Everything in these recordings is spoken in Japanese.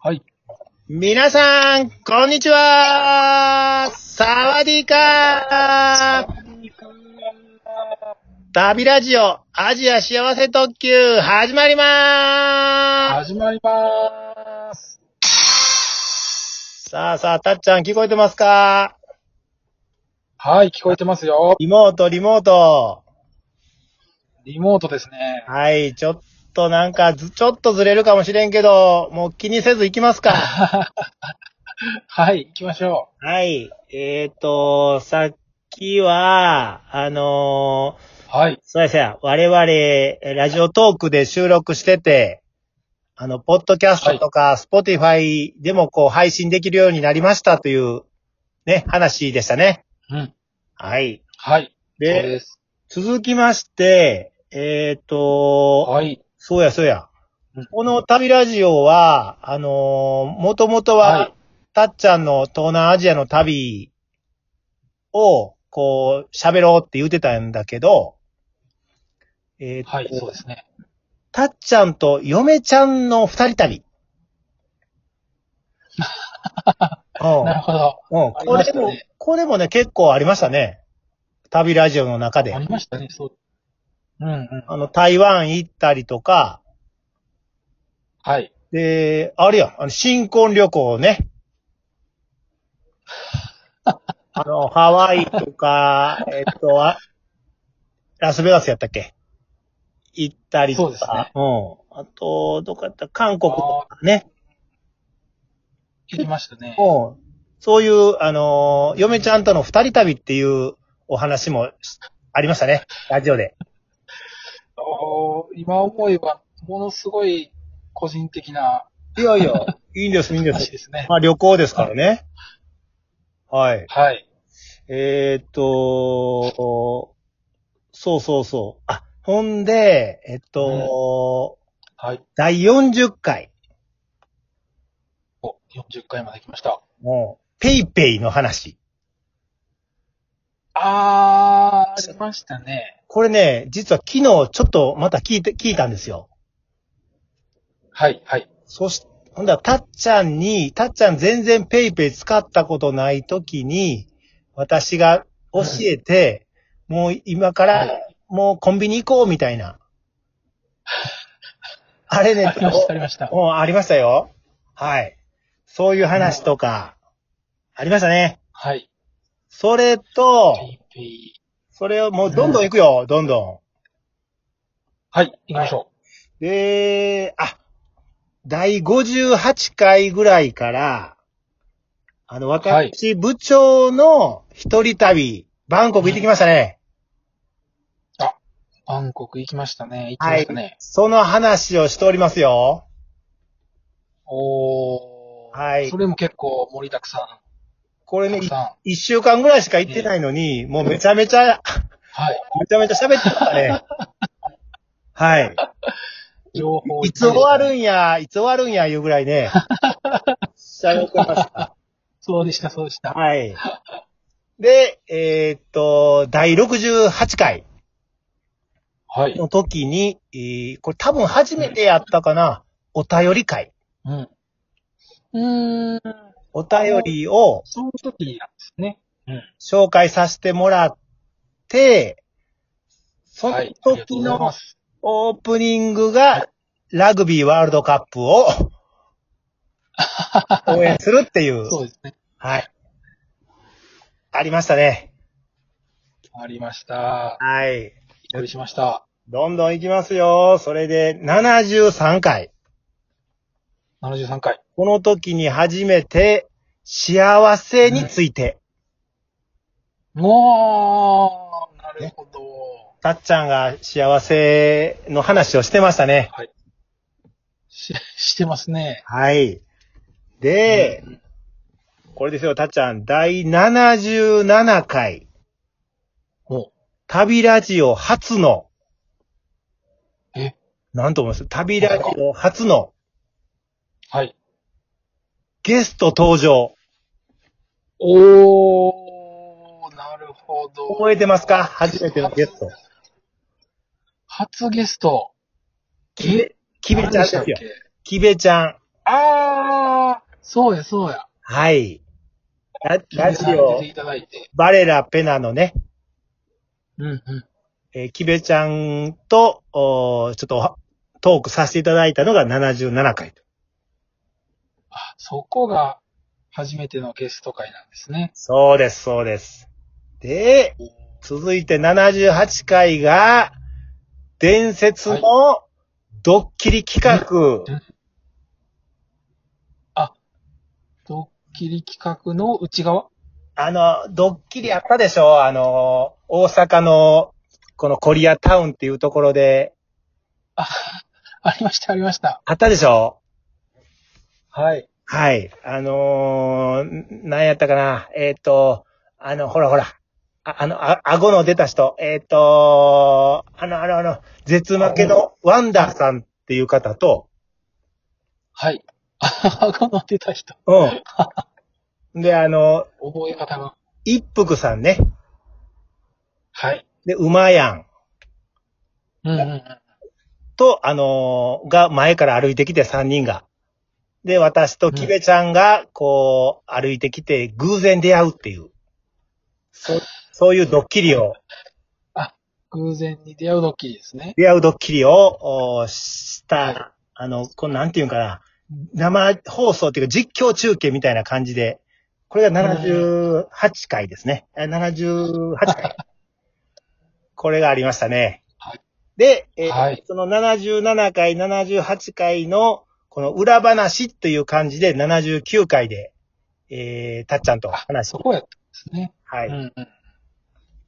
はい。皆さん、こんにちはサワディーカー旅ラジオ、アジア幸せ特急、始まりまーす始まりまーす。さあさあ、たっちゃん聞こえてますかはい、聞こえてますよ。リモート、リモート。リモートですね。 はい、ちょっとなんかず、ちょっとずれるかもしれんけど、もう気にせず行きますか。はい、行きましょはい、えーと、さっきは、あう。のー、はい。そうですね。我々、えーラジオトークで収録してて、あの、ポッドキャストとか、スポティファイでもこう、配信できるようになりましたという、ね、話でしたね。うん。はい。はい。そうで、です。続きまして、えっ、と、はい。そうやそうやうん。この旅ラジオは、あのー、もともとは、はいたっちゃんの東南アジアの旅を、こう、喋ろうって言ってたんだけど、えーとはい、そうですね。たっちゃんと嫁ちゃんの二人 旅。うんなるほど。うん、ありこまれしたも、ねこれもね、結構ありましたね。旅ラジオの中であ。りましたね、そう。うんうん。あの、台湾行ったりとか、はい。で、あれや、あの、新婚旅 行ね。あの、ハワイとか、えっと、あラスベガスやったっけ行ったりとそか。うですねうん。あと、どこやった韓国とかね。聞きましたね。うん。そういう、あのー嫁ちゃんとの二人旅っていうお話もしありましたね。ラジオで。おー今思えば、ものすごい個人的ないやいや、いいんです、いいんで 話す。ですね。まあ旅行ですからね。はい。はい。えーっと、そうそうそう。あ、ほんで、えっと、はい。第40回、お、40回まで来ました。もう、ペイペイの話。あー、ありましたね。これね、実は昨日ちょっとまた聞いて、聞いたんですよ。はい、はい。そし、ほんだら、たっちゃんに、たっちゃん全然ペイペイ使ったことないときに、私が教えて、もう今かはらい、もうコンビニ行こうみた いな。あれね、ありました、ありました。うん、ありましたよ。はい。そういう話とか、ありましたね。はい。それと、ペイペイ。それをもうどんどん行くよ、どんどはい、行きましょん。で、あ、第58回ぐらいから、あの、私、はい部長の一人旅、バンコク行ってきましたね。う。バンコク行きましたね。行きましたね。その話をしておりますよ。おー。はいそれも結構盛りだくさこれん。たねく、さん。一週間ぐらいしか行ってないのに、もうめちゃめちゃ、はい。めちゃめちゃ喋ってまし たね。はい。情報いつ終わるんんや、いつ終わるんや、いうぐらいね。喋ってました。そうでした、そうでした。はい。で、えーっと、第68回はい。の時に、えーこれ多分初めてやったかな、お便り会。うん。うーん。お便りをその時なんですね。紹介させてもらって、そのはい。ありがとうご時ざいのます。オープニングが、ラグビーワールドカップを応援するっていう。そうですね。はい。ありましたね。ありました。はい。お送りしました。どんどん行きますよ。それで、73回。 73回。この時に初めて、幸せについて、もう、なるほど。たっちゃんが幸せの話をしてましたね。し、してますね。はい。で、うんこれですよ、たっちゃん。第77回、お旅ラジオ初の、えなんと思います旅ラジオ初のはい。ゲスト登場。おー、なるほど。覚えてますか初めてのゲスト。初ゲスト。キベ、キベちゃんです何でよしたっ。けキベちゃん。あそうや、そうや。はい。ララジ出オて、いただいて。バレラペナのね、うんうん。えーキベちゃんと、おーちょっとおはトークさせていただいたのが77回と。あ、そこが初めてのゲスト会なんですね。そうです、そうです。で、続いて78回が、伝説のドッキリ企う画。んドッキリ企画の内側あの、ドッキリあったでしょあの、大阪の、このコリアタウンっていうところで、あ、 ありました、ありました。あったでしょはい。はい。あのー、んなんやったかな。えっ、と、あの、ほらほら。ああの、あ、顎の出た人。えっ、と、あの、あの、あの、絶負けのワンダーさんっていう方と、はい。 あ、この出た人。うん。で、あの、覚え方が。一服さんね。はい。で、馬やんうんうんうん。と、あのーが前から歩いてきて3人が。で、私とキベちゃんが、こう、歩いてきて、偶然出会うっていう。そう、そういうドッキリを偶然に出会うドッキリですね。出会うドッキリを、おーした、あの、このなんていうんかな、生放送っていうか実況中継みたいな感じで、これが78回ですね。あ78回。これがありましたねはい。で、えーはいその77回、78回の、この裏話っていう感じで、79回で、えー、たっちゃんと話しそこやったんですね。はうい。んうん。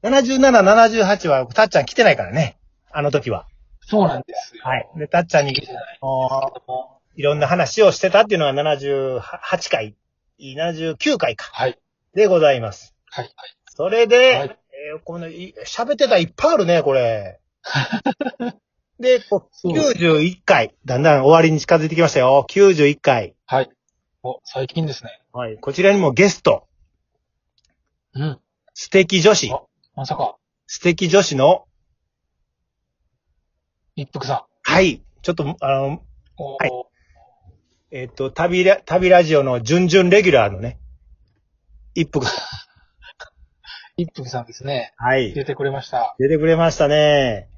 77、78は、たっちゃん来てないからね。あの時は。そうなんですよ。はい。で、たっちゃんにいいじゃないあーいろんな話をしてたっていうのは78回、79回か。はい。でございます。はい。それで、はいえーこの、い喋ってたいっぱいあるね、これ。で、こうそう91回。だんだん終わりに近づいてきましたよ。91回。はい。お、最近ですね。はい。こちらにもゲスト、うん。素敵女子あ、まさか、素敵女子の、一服さはい。ちょっと、あの、ん。おはいえっ、と、旅ラ、旅ラジオの準々レギュラーのね、一服さん。一服さんですね。はい出てくれました。出てくれましたね。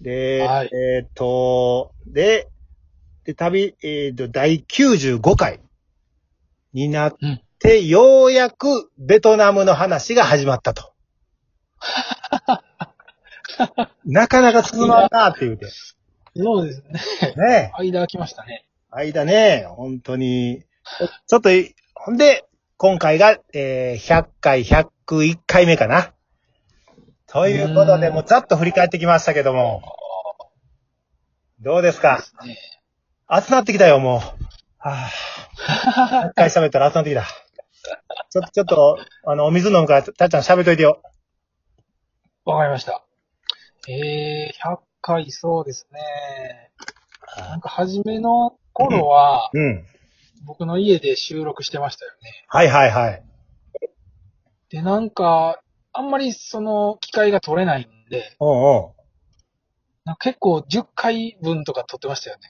で、はいえーっと、で、で、旅、えーっと、第95回になって、ようやくベトナムの話が始まった と。なかなか進まんなって言うて。そうですね。ね間空きましたね。間ね、本当に。ちょっとい、ほんで、今回が、えー100回、101回目かな。ということで、うんもうざっと振り返ってきましたけども。どうですかですね。熱なってきたよ、もう。はぁ、100回喋ったら熱なってきた。ちょっと、ちょっと、あの、お水飲むから、たっちゃん喋っといてよ。わかりました。えー、100回そうですね。なんか初めの頃は、うん。僕の家で収録してましたよね。はいはいはい。で、なんか、あんまりその機会が取れないんで、うんうん。なんか結構10回分とか撮ってましたよね。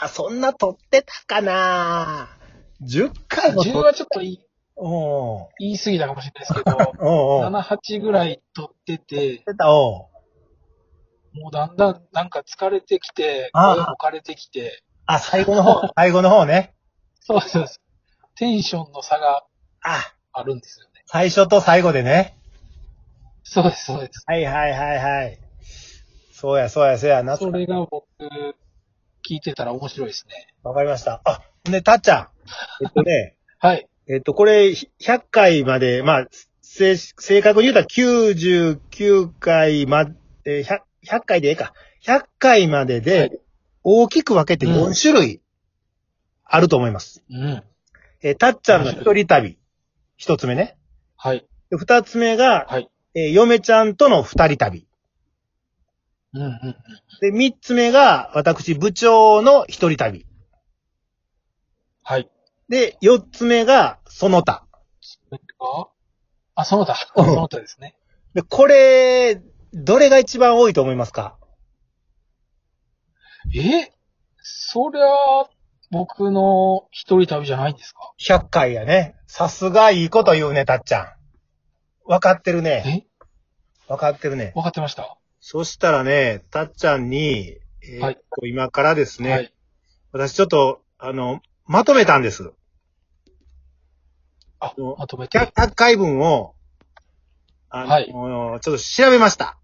あ、そんな撮ってたかな ?10 回も10撮っはちょっと言いうんうん。言い過ぎたかもしれないですけど、 うんうん。 7、8ぐらい撮ってて、てた、おうもうだんだんなんか疲れてきて、ああ声も枯れてきて、あ、最後の 方、最後の方ね。そうそうそう。テンションの差があ、あるんですよね。最初と最後でね。そうです、そうです。はいはいはいはい。そうやそうやそうや、なそれが僕、聞いてたら面白いですね。わかりました。あ、ね、たっちゃん。えっとね、 はい。えっと、これ、ひ100回まで、まあ、正、正確に言うたら99回ま、えー、100、100回でええか。100回まではでい、大きく分けてうん4種類、あると思います。うん。えーたっちゃんの一人旅、一つ目ね。はい。で二つ目が、はいえー嫁ちゃんとの二人旅。うんうんうん。で、三つ目が、私、部長の一人旅。はい。で、四つ目が、その他。それかあ、その他。うそんの他ですね。で、これ、どれが一番多いと思いますかえそりゃあ、僕の一人旅じゃないんですか100回やね。さすがいいこと言うね、たっちゃん。わかってるね。えわかってるね。わかってました。そしたらね、たっちゃんに、えーはっいと、今からですね、はい。私ちょっと、あの、まとめたんです。あの、まとめて。 100 100回分を、あの、はいちょっと調べました。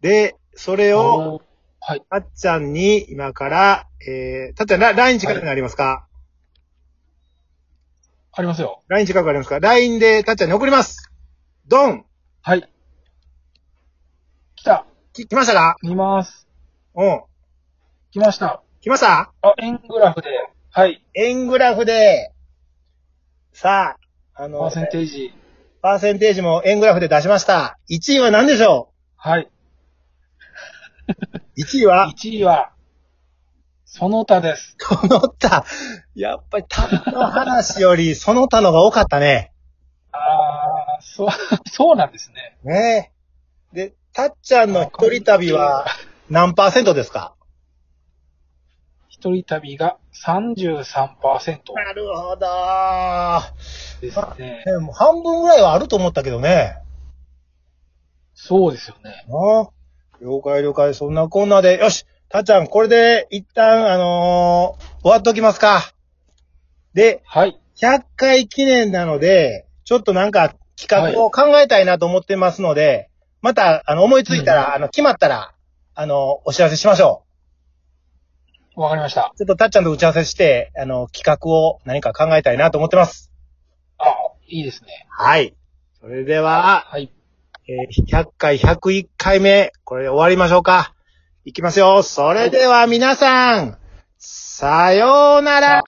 で、それを、おーはい。たっちゃんに今から、えー、たっちゃん、ラ LINE 近くにありますか、ありますよ。 ?LINE 近くありますか ?LINE でたっちゃんに送ります。ドンはい。来た。き来ましたか見ます。うん。来ました。来ましたあ、円グラフで。はい。円グラフで、さあ、あの、パーセンテージ。パーセンテージも円グラフで出しました。1位は何でしょはい。う ?1 位は、 1位は、その他です。 この他。やっぱり他の話よ り、その他のが多かったね。あー、そう、 そうなんですね。ねえ。で、たっちゃんの一人旅は何パーセントですか一人旅が33%なるほど。ですね。ねもう半分ぐらいはあると思ったけどね。そうですよね。あ了解了解。そんなこんなで。よし。たっちゃん、これで一旦、あのー終わっときますか。で、はい。 100回記念なので、ちょっとなんか企画を考えたいなと思ってますので、また、あの、思いついたら、うんあの、決まったら、あの、お知らせしましょわかりました。う。ちょっとたっちゃんと打ち合わせして、あの、企画を何か考えたいなと思ってます。あ、いいですね。はい。それでは、はい。えー100回、101回目、これで終わりましょうか。いきますよ。それでは皆さん、さようなら